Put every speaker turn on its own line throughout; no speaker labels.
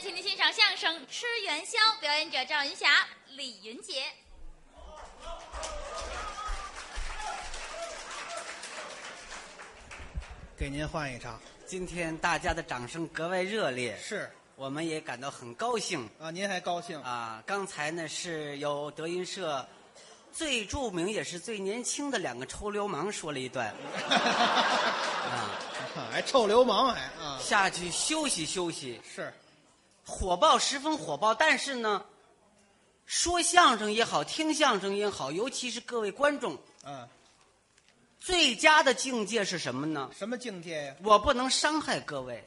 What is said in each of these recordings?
请您欣赏相声《吃元宵》，表演者赵云霞、李云杰。
给您换一场，
今天大家的掌声格外热烈，
是
我们也感到很高兴
啊， 您还高兴？
啊。刚才呢是由德云社最著名也是最年轻的两个臭流氓说了一段，啊，
还臭流氓还啊？
下去休息休息，
是，
火爆十分火爆，但是呢，说相声也好，听相声也好，尤其是各位观众，
嗯，
最佳的境界是什么呢？
什么境界呀？
我不能伤害各位，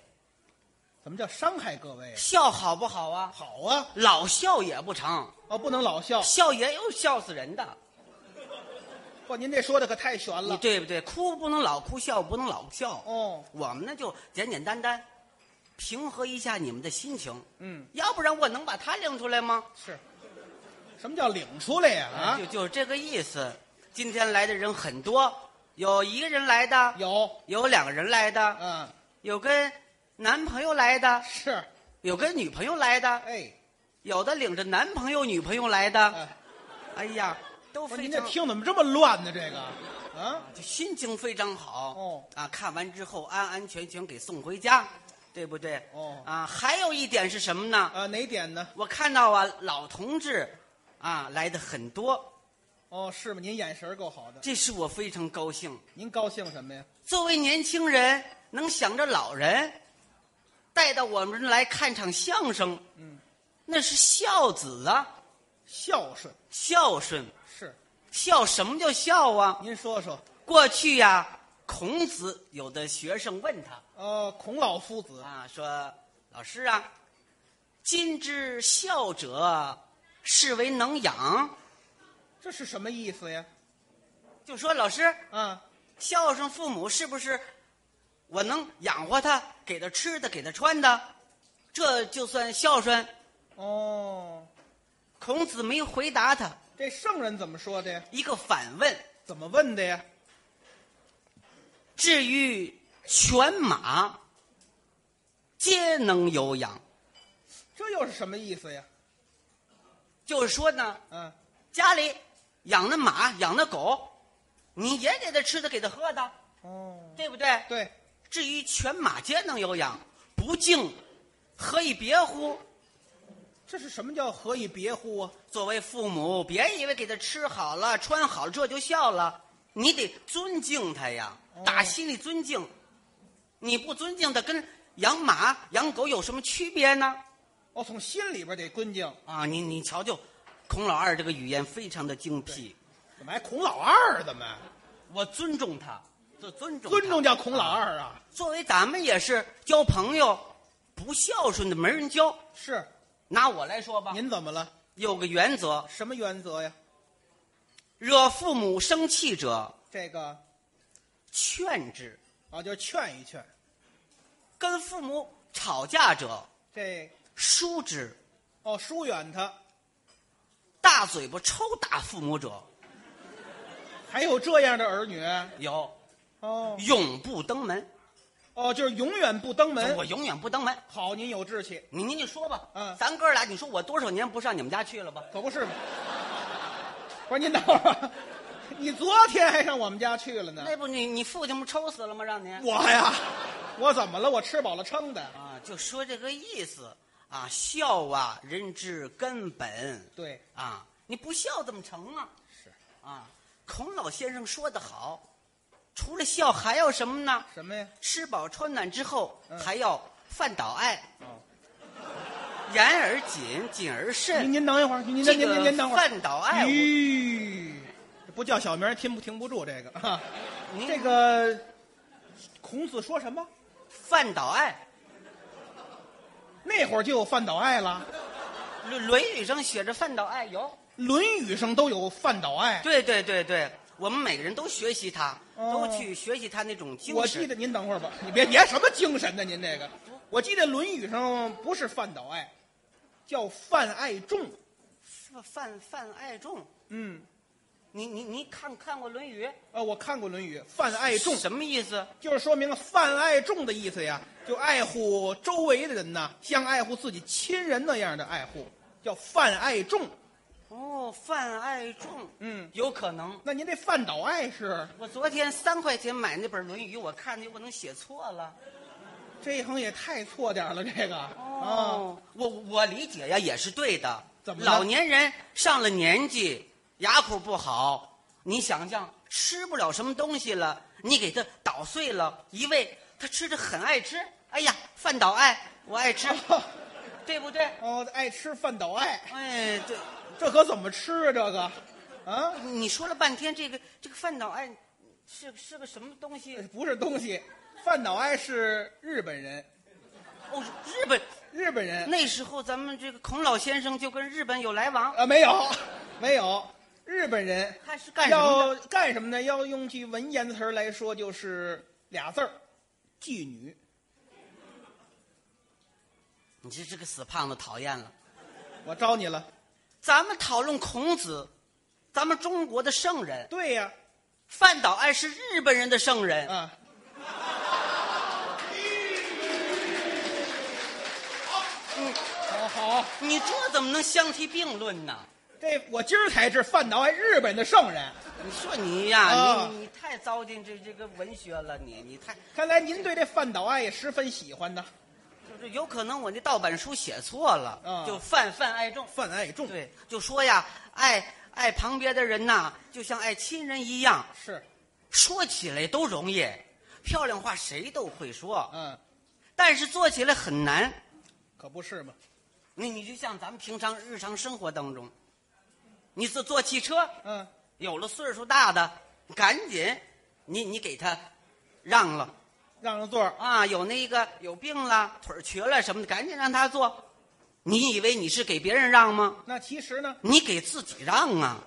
怎么叫伤害各位啊？
笑好不好啊？
好啊，
老笑也不成，
哦，不能老笑。
笑也有笑死人的，
不，您这说的可太悬
你
了。
对不对？哭不能老哭，笑不能老笑。
哦，
我们呢就简简单单，平和一下你们的心情，
嗯，
要不然我能把它领出来吗？
是，什么叫领出来呀？啊
就，就这个意思。今天来的人很多，有一个人来的，
有，
有两个人来的，
嗯，
有跟男朋友来的，
是，
有跟女朋友来的，
哎，
有的领着男朋友、女朋友来的。
哎
哎呀，都
不是
非
您这
常
听怎么这么乱呢？这个，啊，
心情非常好。
哦
啊，看完之后安安全全给送回家，对不对？
哦
啊，还有一点是什么呢？
啊，哪点呢？
我看到啊，老同志啊来的很多，
哦，是吗？您眼神儿够好的，
这是我非常高兴。
您高兴什么呀？
作为年轻人，能想着老人，带到我们来看场相声，
嗯，
那是孝子啊，
孝顺
孝顺，
是，
孝什么叫孝啊？
您说说。
过去呀、孔子有的学生问他
呃，孔老夫子
啊，说老师啊，今之孝者，是为能养。
这是什么意思呀？
就说老师，
啊，
孝顺父母是不是我能养活他，给他吃的，给他穿的，这就算孝顺？
哦，
孔子没回答他
这圣人怎么说的呀？
一个反问。
怎么问的呀？
至于犬马，皆能有养。
这又是什么意思呀？
就是说呢，
嗯，
家里养的马，养的狗，你也给它吃的，给它喝的，
哦，
对不对？
对，
至于犬马，皆能有养，不敬，何以别乎？
这是什么叫何以别乎啊？
作为父母，别以为给他吃好了、穿好了，这就孝了。你得尊敬他呀，
哦
打心里尊敬。你不尊敬他，跟养马、养狗有什么区别呢？
哦，从心里边得尊敬，
啊，你你瞧瞧，孔老二这个语言非常的精辟，
怎么还孔老二？怎么
我尊重他，这尊重他
尊重叫孔老。二啊？
作为咱们也是交朋友，不孝顺的没人交。
是，
拿我来说吧，
您怎么了？
有个原则：
什么原则呀？
惹父母生气者，
这个
劝之。
啊，就劝一劝，
跟父母吵架者，
这
疏之；
哦，疏远他。
大嘴巴抽打父母者，
还有这样的儿女？
有
哦
永不登门。
哦，就是永远不登门
我。永远不登门。
好，您有志气，
你您就说吧，
嗯
咱哥俩，你说我多少年不上你们家去了吧？
可不是吗？不是您等会儿，你昨天还上我们家去了呢。
那不你你父亲不抽死了吗？让你
我呀，我怎么了？我吃饱了撑的。
啊，就说这个意思啊，孝啊，人之根本
对，
啊，你不孝怎么成啊？
是
啊，孔老先生说得好，除了孝还要什么呢？
什么呀？
吃饱穿暖之后，
嗯
还要饭岛爱。
哦，
言而谨，谨而
您
慎。
您等一会儿，您您
哎这
您您
个
您等会儿。
饭岛爱我，
咦，这不叫小名儿听不停不住这个啊。
您
这个孔子说什么？
饭岛爱，
那会儿就有范岛爱了，
《论论语》上写着饭岛爱有。
《论语》上都有范岛爱。
对对对对，我们每个人都学习他，
哦
都去学习他那种精神。
我记得您等会儿吧，你别别什么精神呢？您这个，我记得《论语》上不是范岛爱，叫范爱众。
是吧？饭饭爱众，
嗯，
你你你看看过《论语》
呃，我看过《论语》，泛爱众
什么意思？
就是说明了泛爱众的意思呀，就爱护周围的人呐，像爱护自己亲人那样的爱护，叫泛爱众。
哦，泛爱众，
嗯，
有可能。
那您这范岛爱是
我昨天三块钱买那本《论语》，我看见我能写错了。
这一行也太错点儿了，这个啊，
哦，我我理解呀，也是对的。
怎么了
老年人上了年纪，牙口不好，你想想，吃不了什么东西了，你给他捣碎了一喂，他吃的很爱吃。哎呀，饭岛爱，我爱吃，对不对？
啊哦，爱吃饭岛爱，
哎，对，
这可怎么吃啊？这个啊，
你说了半天，这个这个饭岛爱是是个什么东西？
不是东西，饭岛爱是日本人，
哦，日本
日本人
那时候咱们这个孔老先生就跟日本有来往，
啊，没有， 没有，日本人
他是干什么的？
要干什么呢？要用句文言词儿来说，就是俩字儿，妓女。
你这这个死胖子讨厌了。
我招你了。
咱们讨论孔子，咱们中国的圣人
对呀，
范岛爱是日本人的圣人，
啊，嗯好好，
你这怎么能相提并论呢？
这我今儿才知范岛还日本的圣人。
你说你呀，
啊
你你太糟践这这个文学了，你你太
看来您对这范岛爱也十分喜欢呐。
就是有可能我那盗版书写错了，
啊
就泛泛爱众。
范爱众
对，就说呀，爱爱旁边的人呐，就像爱亲人一样。
是，
说起来都容易，漂亮话谁都会说，
嗯，
但是做起来很难。
可不是嘛。
你你就像咱们平常日常生活当中，你坐坐汽车，
嗯，
有了岁数大的，赶紧，你你给他让了
让让座儿，
啊，有那个有病了、腿儿瘸了什么的，赶紧让他坐。你以为你是给别人让吗？
那其实呢？
你给自己让啊！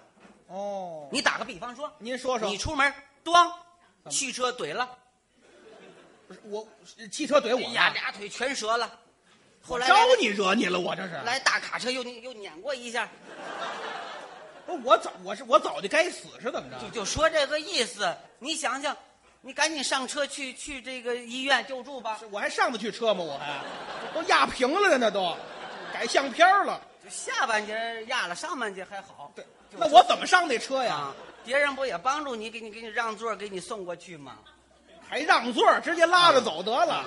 哦，
你打个比方说，
您说说，
你出门咣，
么
汽车怼了，
不是我汽车怼
哎
我
呀，
了，
俩腿全折了。后来
招
来
你惹你了，我这是。
来大卡车又又碾过一下，
不是我早我是我早就该死是怎么
就
着？
就说这个意思。你想想，你赶紧上车去去这个医院救助吧
是。我还上得去车吗？我还都压平了呢，那都改相片儿了。
就下半截压了，上半截还好。
对，
就
那
是
我怎么上那车呀？
啊，别人不也帮助你，给你给你让座，给你送过去吗？
还让座儿，直接拉着走得了，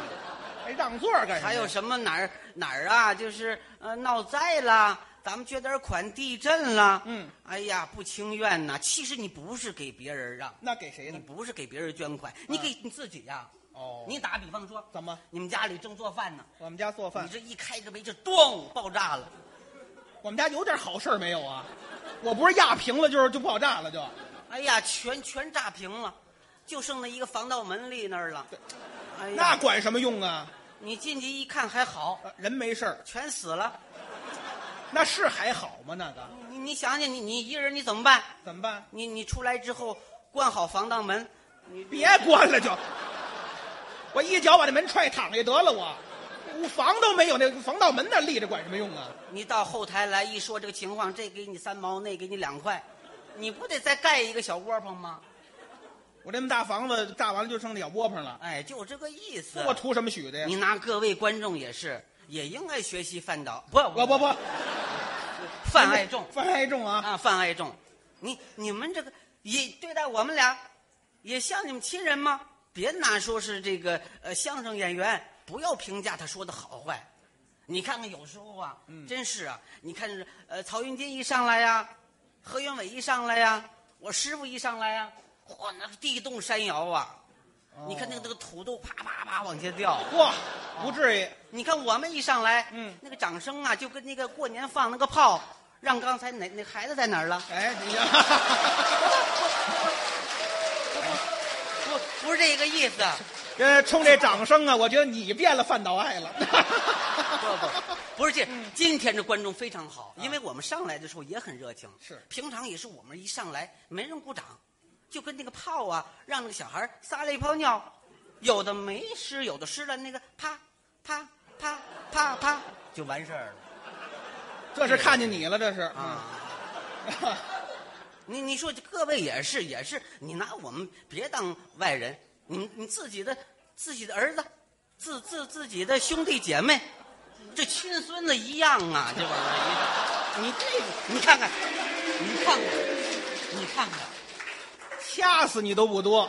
还让座儿干什么？
还有什么哪儿哪儿啊？就是呃闹灾啦，咱们捐点款，地震啦。
嗯，
哎呀，不情愿呐。其实你不是给别人让，
那给谁
你
呢？
不是给别人捐款，你给你自己呀、
嗯哦
你打比方说，
怎么？
你们家里正做饭呢，
我们家做
你
饭，
这一开个煤气，咚，爆炸了。
我们家有点好事儿没有啊？我不是压平了，就是就爆炸了，就
哎呀，全全炸平了，就剩那一个防盗门立那儿了。哎呀，
那管什么用啊？
你进去一看还好，
呃人没事儿，
全死了。
那是还好吗？那个
你你想想，你你一个人你怎么办？
怎么办？
你你出来之后关好防盗门，
别关了就，我一脚把那门踹躺下得了我。我房都没有，那防盗门那立着管什么用啊？
你到后台来一说这个情况，这给你三毛，那给你两块，你不得再盖一个小窝棚吗？
我这么大房子炸完了就剩那小窝棚了，
哎，就这个意思
这。我图什么许的呀
你？拿各位观众也是，也应该学习范导，不
我不不，
范爱众。
范爱众啊，
啊，范爱众，你你们这个也对待我们俩，也像你们亲人吗？别拿说是这个呃相声演员，不要评价他说的好坏。你看看有时候啊，真是啊，你看是呃曹云金一上来呀、何云伟一上来呀、我师傅一上来呀、嚯，那个地动山摇啊！你看那个那个土都啪啪啪往下掉。
哇，不至于。
你看我们一上来，
嗯
那个掌声啊，就跟那个过年放那个炮，让刚才哪哪孩子在哪儿了？
哎，你
不，不是这个意思。
这冲这掌声啊，我觉得你变了范岛爱了。
不不， 不是这。今天这观众非常好，因为我们上来的时候也很热情。
是
平常嗯也是我们一上来没人鼓掌，就跟那个炮啊，让那个小孩撒了一泡尿，有的没湿，有的湿了，那个啪啪啪啪啪就完事儿了嗯
这是看见你了，这是啊。
啊。你你说各位也是也是，你拿我们别当外人，你你自己的自己的儿子，自自自己的兄弟姐妹，这亲孙子一样啊，这玩意儿一样，你这个你看看，你看看，你看看，
掐死你都不多，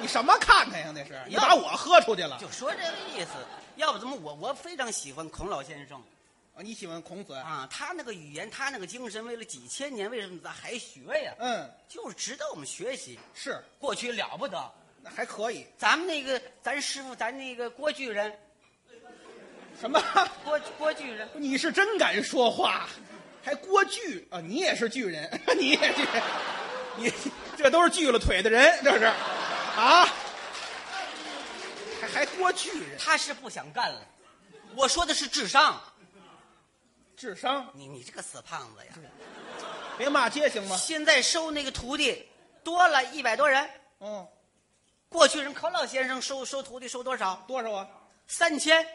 你什么看看呀？那是你
要
把我喝出去了。
就说这个意思。要不怎么我我非常喜欢孔老先生
啊你喜欢孔子？
啊，他那个语言，他那个精神，为了几千年，为什么咱还学呀？
嗯，
就是值得我们学习。
是，
过去了不得，
那还可以。
咱们那个咱师傅，咱那个郭巨人，
什么？
郭郭巨人，
你是真敢说话，还郭巨啊？你也是巨人， 你也巨人，你这都是锯了腿的人，这是啊？还还郭巨人，
他是不想干了。我说的是智商，
智商？
你你这个死胖子呀！
别骂街行吗？
现在收那个徒弟多了一百多人，
嗯，
过去人孔老先生收收徒弟收多少？
多少啊？
三千，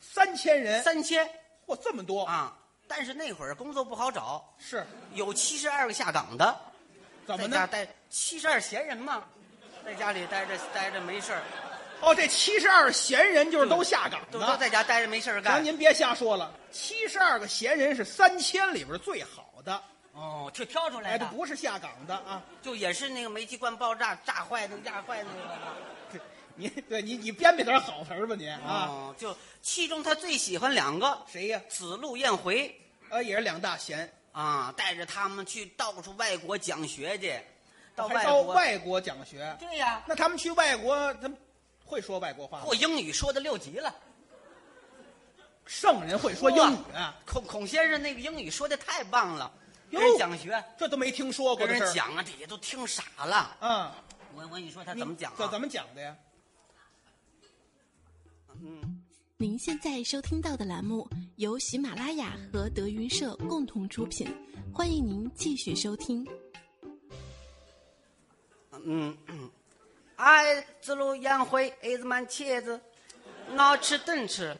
三千人，
三千
嚯，这么多！
啊！但是那会儿工作不好找，
是，
有七十二个下岗的，
怎么
在家
呢？
待七十二闲人嘛，在家里待着待着没事儿，
哦，这七十二闲人就是都下岗
都都
的。
在家待着没事儿
行，
干。
您别瞎说了，七十二个闲人是三千里边最好的，
哦，就挑出
哎，
来
这
的，
不是下岗的啊。
就也是那个煤气罐爆炸炸坏那个压坏那个
对你对你你编编点好词儿吧你啊？
哦，就其中他最喜欢两个
谁呀？
子路宴回
呃，也是两大贤，
啊，带着他们去到处外国讲学去，到
哦还
外
到
国
外国讲学。
对呀、
那他们去外国，他们会说外国话吗？
我英语说的六级了，
圣人会说英语啊，
孔孔先生那个英语说的太棒了，
哟
跟人讲学，
这都没听说过
跟
的事
人
儿。
讲啊，底下都听傻了。
啊，
我我跟你说他
你
怎么讲
怎
啊？
怎么讲的呀？
您现在收听到的栏目由喜马拉雅和德云社共同出品，欢迎您继续收听。
嗯嗯，爱哎子路烟灰，爱子满茄子，脑吃炖吃，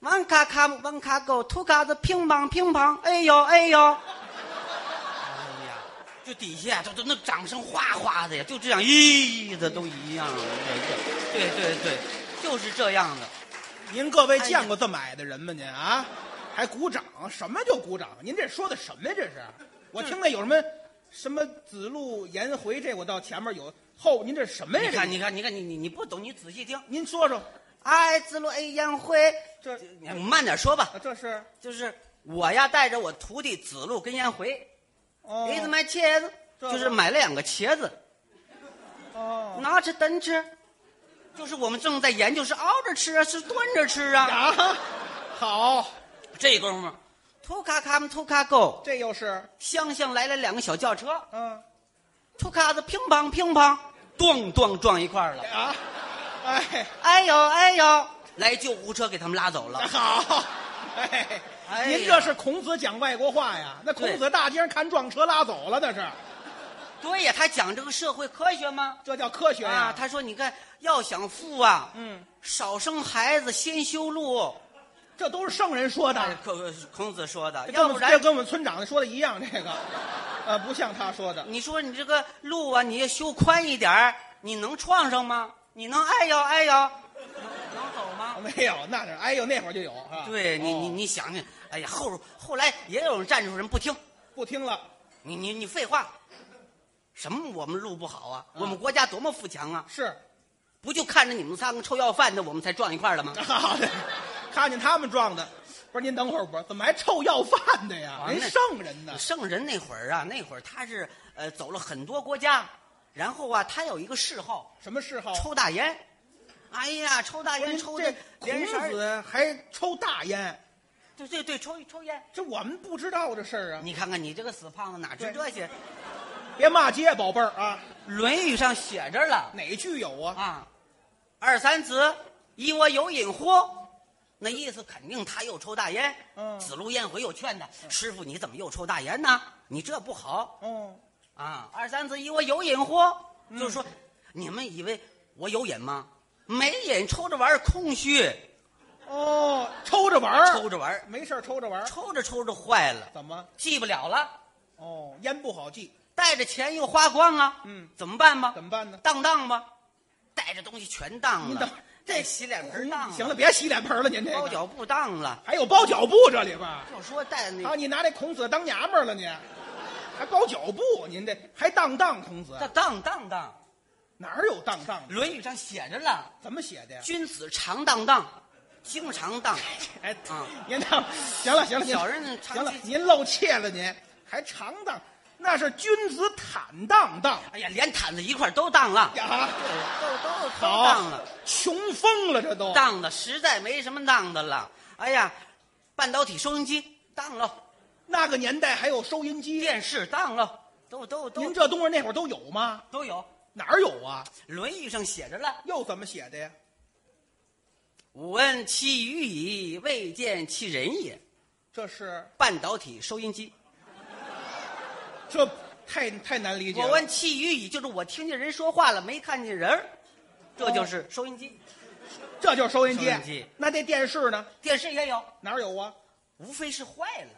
往卡卡往卡狗，土嘎子乒乓乒乓，哎呦哎呦，哎呀，就底下都都那掌声哗哗的呀，就这样，咦的都一样，哎对对对对，就是这样的。
您各位见过这么矮的人吗？您
哎
啊，还鼓掌？什么叫鼓掌？您这说的什么呀？这是？我听的有什么什么子路颜回这，我到前面有后，您这什么呀？
你看
这
你看你看你你你不懂，你仔细听。
您说说，
爱子路哎烟灰，
这
你慢点说吧。
啊这是
就是我呀，带着我徒弟子路跟燕回，
哦
给他买茄子，
这个
就是买了两个茄子，
哦
拿着炖吃。就是我们正在研究是熬着吃啊，是炖着吃啊。
啊，好，
这功夫，突咔咔们突咔够，
这又是
乡乡来了两个小轿车，
嗯
突咔子乒乓乒乓，咚咚撞一块儿了。
啊，哎，
哎呦哎呦，来救护车给他们拉走 了。
好，哎，
哎呀
您这是孔子讲外国话呀？那孔子大街上看撞车拉走了，那是，
对呀，他讲这个社会科学吗？
这叫科学呀
啊，？他说你看要想富啊，
嗯，
少生孩子先修路。
这都是圣人说的
那。孔孔子说的，
这跟
哎要
我
嗯不
们
然
这跟我们村长说的一样，这个，呃，不像他说的。
你说你这个路啊，你要修宽一点儿你能撞上吗？你能哎呦哎呦，能能走吗？
没有，那是哎呦，那会儿就有啊。
对你
哦
你你想想，哎呀后后来也有人站出人不听，
哦不听了，
你你你废话，什么我们路不好啊？我
嗯
们国家多么富强啊！
是，
不就看着你们三个臭要饭的，我们才撞一块儿了吗？
好的，看见他们撞的，不是您等会儿不？怎么还臭要饭的呀？
啊
人
那
圣人呢？
圣人那会儿啊，那会儿他是呃走了很多国家，然后啊他有一个嗜好，
什么嗜好？
抽大烟。哎呀，抽大
不是
烟
您
抽
这
的连色
孔
儿，
子还抽大烟，
对对对，抽抽烟。
这我们不知道这事儿啊！
你看看你这个死胖子哪知
对
这些？《
别骂街，宝贝儿啊！
论语》上写着了
哪句有啊？
啊，二三子，以我有饮乎？那意思肯定他又抽大烟。
嗯
子路宴回又劝他师傅，你怎么又抽大烟呢？你这不好
哦，
啊！二三子，以我有饮乎？就是
嗯
说，你们以为我有瘾吗？没瘾，抽着玩儿空虚，
哦，抽着玩儿，
抽着玩儿，
没事儿抽着玩儿，
抽着抽着坏了，
怎么？
记不了了。
哦，烟不好记，
带着钱又花光啊，
嗯，
怎么办吧？
怎么办呢？
当当吧，带着东西全当
你
了
等，哎
这洗脸盆当了，
行了，，别洗脸盆了，您这个
包脚布当了，
还有包脚布这里边儿
就说带那
啊！你拿那孔子当娘们儿了你，还包脚布？您这还当当孔子？
这当当当，《
哪儿有当当的？
论语》上写着了，
怎么写的呀？
君子常当当，经常当。
哎
啊，
您当行了行了，您
小人长
行了
期，
您露怯了您，还常当，那是君子坦荡荡
哎呀，连毯子一块儿都当了，
呀，
都都都
好
当了，，
穷疯了这都。
当的实在没什么当的了。哎呀，半导体收音机当了，
那个年代还有收音机，
电视当了，都都都
您这东西那会儿都有吗？
都有，《
哪儿有啊？
论语》上写着了。
又怎么写的呀？
吾闻其语矣，未见其人也。
这是
半导体收音机，
这太太难理解
我
了。
闻其语矣，就是我听见人说话了，没看见人儿，
哦
这就是收音机。
这就是收音机。
收音机
那这电视呢？
电视也有，
哪儿有啊？
无非是坏了。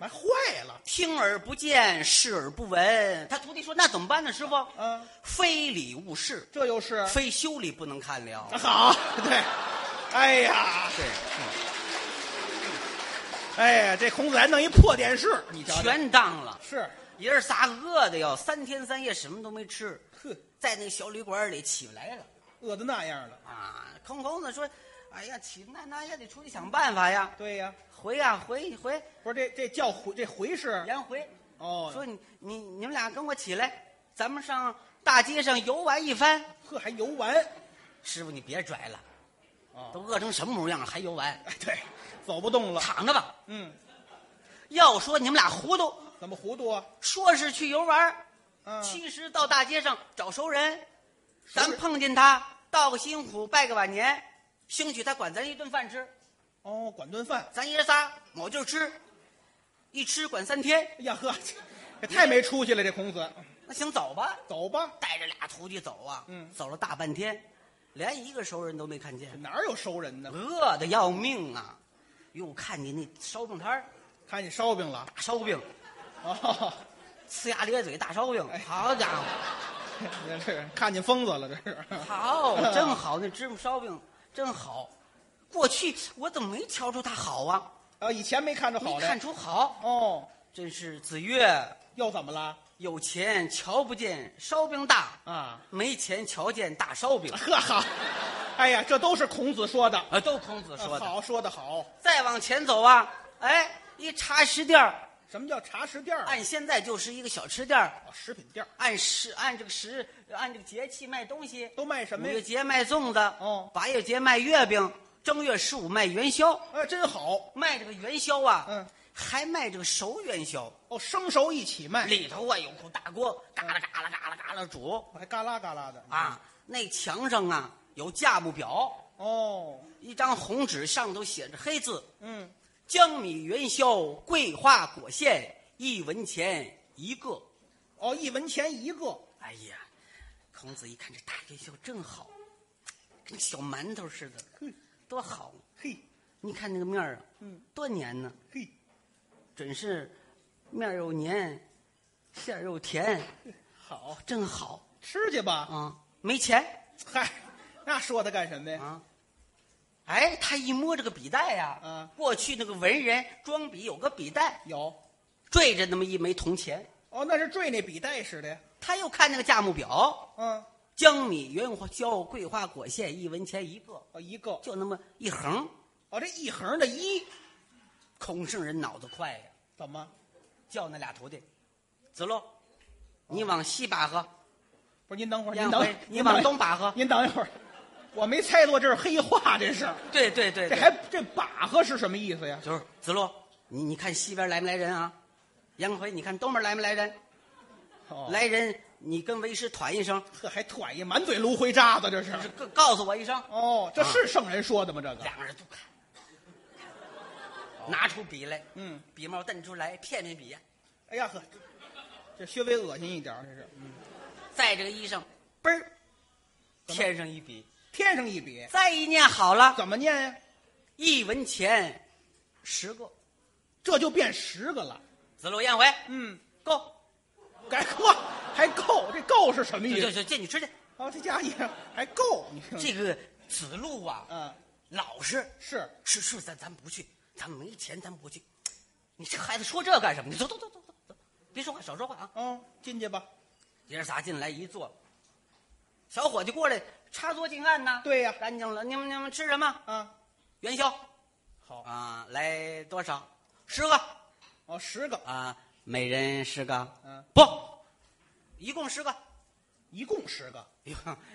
还坏了。
听而不见，视而不闻。他徒弟说：“那怎么办呢，师傅？”
嗯，
非礼勿视，
这又是
非修理不能看了。
好， 对。哎呀，
对，
哎呀，这孔子还弄一破电视，你瞧瞧
全当了。
是
爷儿仨饿的哟，三天三夜什么都没吃，
哼，
在那小旅馆里起不来了
饿的那样了。
啊。空空的说：“哎呀，起那那也得出去想办法呀，
对呀、
回呀、回回
不是这这叫回这回是
连回。”
哦，
说你你你们俩跟我起来，咱们上大街上游玩一番。
呵还游玩。
师傅，你别拽了，
哦
都饿成什么模样了还游玩？
哎对，走不动了。
躺着吧。
嗯，
要说你们俩糊涂，
怎么糊涂啊？
说是去游玩儿，
嗯，
其实到大街上找熟人，咱
熟人
碰见他，道个辛苦，拜个晚年，兴许他管咱一顿饭吃，
哦，管顿饭。
咱爷仨卯劲儿吃，一吃管三天，
哎呀呵，这太没出息了，这孔子。
那行走吧，
走吧，
带着俩徒弟走啊，
嗯
走了大半天，连一个熟人都没看见，
哪儿有熟人呢？
饿的要命啊！又看见那烧饼摊儿
看见烧饼了。
大烧饼，
哦，
呲牙咧嘴大烧饼
哎，
好家伙！
这是 看见疯子了，这是。
好，真好，那芝麻烧饼真好。过去我怎么没瞧出它好啊？
啊，以前没看着
没
好的。
看出好，
哦，
真是子曰：
又怎么了？
有钱瞧不见烧饼大，
啊，
没钱瞧见大烧饼。
呵好，哎呀，这都是孔子说的，
啊，都孔子说的。
好说的好。
再往前走啊，哎，一茶食店儿
什么叫茶食店儿？啊
按现在就是一个小吃店儿
哦食品店儿
按时按这个时按这个节气卖东西。
都卖什
五
么
月
呀？
节卖粽子，
哦
八月节卖月饼，正月十五卖元宵。
哎，真好
卖这个元宵啊，
嗯，
还卖这个熟元宵，
哦，生熟一起卖，
里头啊有口大锅，嘎啦嘎啦嘎啦嘎啦煮
还嘎啦嘎啦的。
啊，那墙上啊有价目表，
哦，
一张红纸上头写着黑字：
嗯，
江米元宵、桂花果馅，一文钱一个。
哦，一文钱一个，
哎呀，孔子一看这大元宵真好，跟小馒头似的，多好！
嘿
你看那个面儿啊，嗯，多粘呢。
嘿，
准是面儿又黏，馅儿又甜，
好，
真好
吃去吧。
啊！没钱
嗨，那说他干什么呀？
啊！哎，他一摸这个笔袋呀、
嗯
过去那个文人装笔有个笔袋，
有，
坠着那么一枚铜钱。
哦，那是坠那笔袋似的呀。
他又看那个价目表，
嗯，
江米、元宵、桂花果馅一文钱一个，
哦，一个，
就那么一横。
哦，这一横的一
孔圣人脑子快呀，
怎么？
叫那俩徒弟，子路，你往西把喝，
不是您等会儿，
燕
您等
回，你往东把喝。
您等一会儿，我没猜错这是黑话这是，
对对对
这
对，
还这把和是什么意思呀？
就是子路，你你看西边来没来人啊？杨奎，你看东边来没来人？
哦，
来人，你跟为师团一声，
呵，还团一满嘴芦灰渣子这
这
是。
告告诉我一声。
哦，这是圣人说的吗？这个
两个人都看，拿出笔来，
嗯，
笔帽瞪出来，片片笔啊呀，
哎呀呵，这稍微恶心一点儿这是，
在这个衣裳，嘣儿，添上一笔，
添上一笔，
再一念好了，
怎么念呀？
一文钱十个。
这就变十个了。
子路燕回，
嗯，
够，
该哇，还够，这够是什么意
就
思？
就借你吃去。
啊，这家也还够，你看
这个子路啊，
嗯
老实
是
是是，咱咱不去，咱没钱，咱不去。你这孩子说这干什么？你走走走走走走，别说话，少说话啊！
嗯，进去吧。
爷儿仨进来一坐，小伙计过来插桌进案呐。
对呀
干净了。你们你们吃什么？
啊，
元宵
好
啊，来多少？十个
哦，十个，
啊，每人十个。
嗯，
不，一共十个。
一共十个，
哟，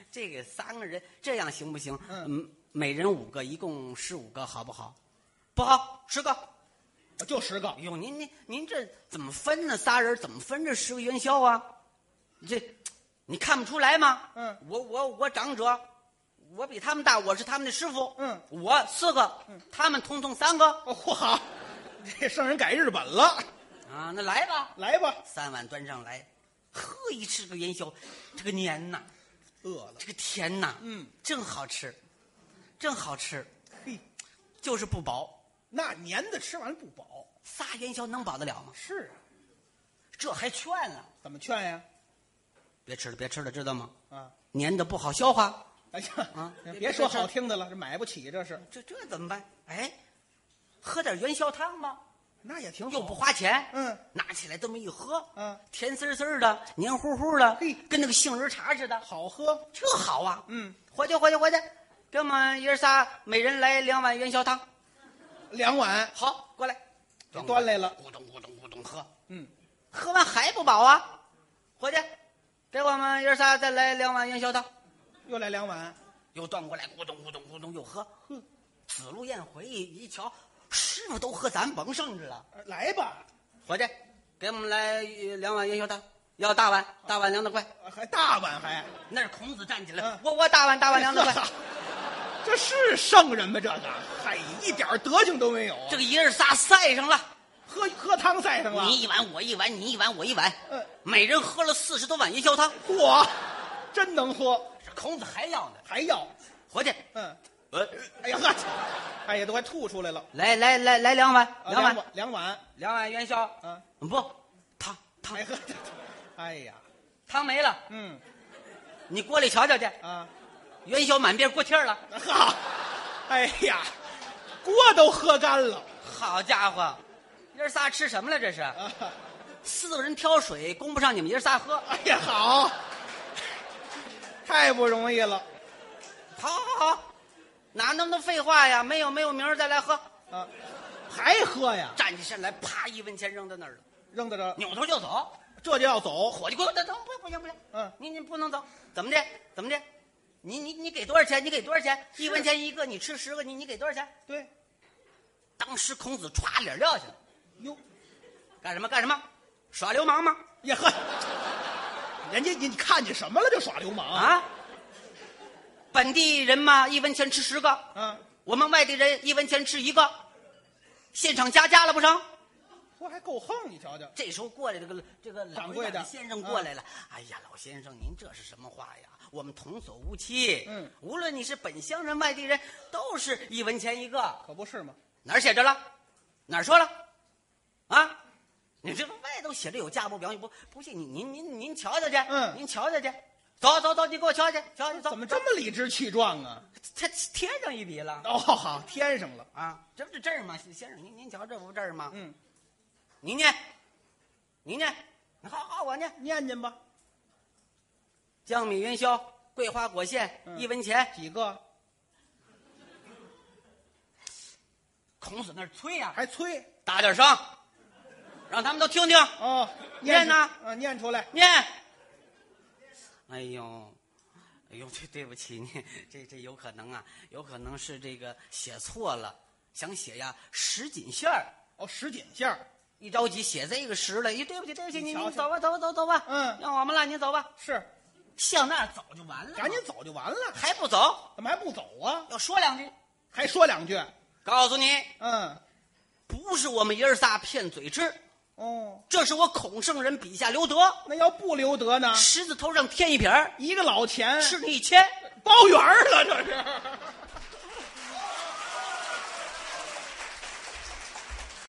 这个三个人这样行不行？
嗯，
每人五个，一共十五个，好不好？不好，十个。
哦就十个。
哟，哎您您您这怎么分呢？仨人怎么分这十个元宵啊？这你看不出来吗？
嗯，
我我我长者，我比他们大，我是他们的师傅。
嗯
我四个，他们统统三个
哦，嚯好，这圣人改日本了，
啊，那来吧，
来吧，
三碗端上来，呵，一吃个元宵，这个黏呐，
饿了，
这个甜呐，
嗯，
正好吃，正好吃，
嘿，
就是不饱，
那年的吃完不饱。
仨元宵能饱得了吗？
是啊，
这还劝了，
怎么劝呀？
别吃了，别吃了，知道吗？
啊，
黏的不好消化。
哎呀，
啊
别说好听的了，这买不起，这是，
这这怎么办？哎，喝点元宵汤吧，
那也挺
又
好
不。花钱。
嗯，
拿起来这么一喝，
嗯，
甜丝丝的，黏糊糊的，
嘿
跟那个杏仁茶似的，
好喝，
这好啊。
嗯，
回去回去回去，给我们爷儿仨每人来两碗元宵汤。
两碗，
好，过来，
给端来了
咕咚咕咚咕咚喝，
嗯，
喝完还不饱啊？回去，给我们爷儿仨再来两碗元宵汤。
又来两碗，
又端过来，咕咚咕咚咕咚又喝。哼，子路宴回一一瞧，师傅都喝，咱甭剩着了。
呃来吧，
伙计，给我们来呃两碗元宵汤，要大碗，大碗凉的快。
啊还大碗还，
那是孔子站起来
嗯，
我我大碗大碗凉的快。
这是圣人吗？这个，嗨，一点德行都没有啊。
这个爷儿仨赛上了，
喝喝汤赛上了，
你一碗我一碗，你一碗我一碗
嗯，
每人喝了四十多碗元宵汤。
嚯，真能喝，
这孔子还要呢，
还要，
伙计，
嗯，
呃，
哎呀呵，哎呀，都快吐出来了。
来来来来两碗，
啊
两碗，
两碗，
两碗元宵。
嗯，
不，汤汤
哎呵， 哎呀，
汤没了，
嗯
你锅里瞧瞧去，
啊，
元宵满遍过气儿了。
哈，哎呀，锅都喝干了
好家伙，呃爷儿仨吃什么了？这是
啊！
四个人挑水，供不上你们爷儿仨喝。
哎呀，好，太不容易了
好好好，哪那么多废话呀？没有没有，明儿再来喝。
啊！还喝呀？
站起身来，啪，一文钱扔在那儿了，
扔在这儿，
扭头就走。
这就要走？
伙计，给我等等，不不行不行，
嗯
你你不能走，怎么的？怎么的？你你你给多少钱？你给多少钱？一文钱一个，你吃十个，你你给多少钱？
对，
当时孔子歘脸撂下了，
哟，
干什么干什么？耍流氓吗？
呀呵，人家你看见什么了就耍流氓？
啊？本地人嘛，一文钱吃十个，
啊，
我们外地人一文钱吃一个，现场加价了不成？
说还够横，你瞧瞧，
这时候过来这个这个老
掌柜的嗯
先生过来了，哎呀，老先生，您这是什么话呀？我们童叟无欺，
嗯，
无论你是本乡人、外地人，都是一文钱一个，
可不是吗？
哪儿写着了？哪儿说了？啊，你这个外头写着有价目表，你不不信？您您您您瞧瞧去，
嗯
您瞧瞧去，走走走，你给我瞧瞧去，瞧瞧走，
怎么这么理直气壮啊？
他贴上一笔了？
哦，好，添上了，
啊，这不是这儿吗？先生，您您瞧这不这儿吗？
嗯，
您念，您念，好好我念。
念念吧，
江米元宵、桂花果馅、
嗯
一文钱。
几个？
孔子那儿催啊呀、
还催
大点声，让他们都听听
哦，
念
出
呐
啊，念出来，
念。哎呦，哎呦，对对不起你，这这有可能啊，有可能是这个写错了，想写呀什锦馅儿，
哦，十锦馅儿
一着急写这个十了，哎，对不起对不起，
你
你
瞧
你
瞧
走吧走吧走吧走吧，
嗯
让我们了，您走吧，
是，
向那儿走就完了嘛，
赶紧走就完了，
还不走，
怎么还不走啊？
要说两句，
还说两句，
告诉你，
嗯，
不是我们爷儿仨骗嘴吃。
哦，
这是我孔圣人笔下留德，啊
那要不留德呢？
十字头上添一撇儿，
一个老钱
吃你一千。
包圆儿了，这是。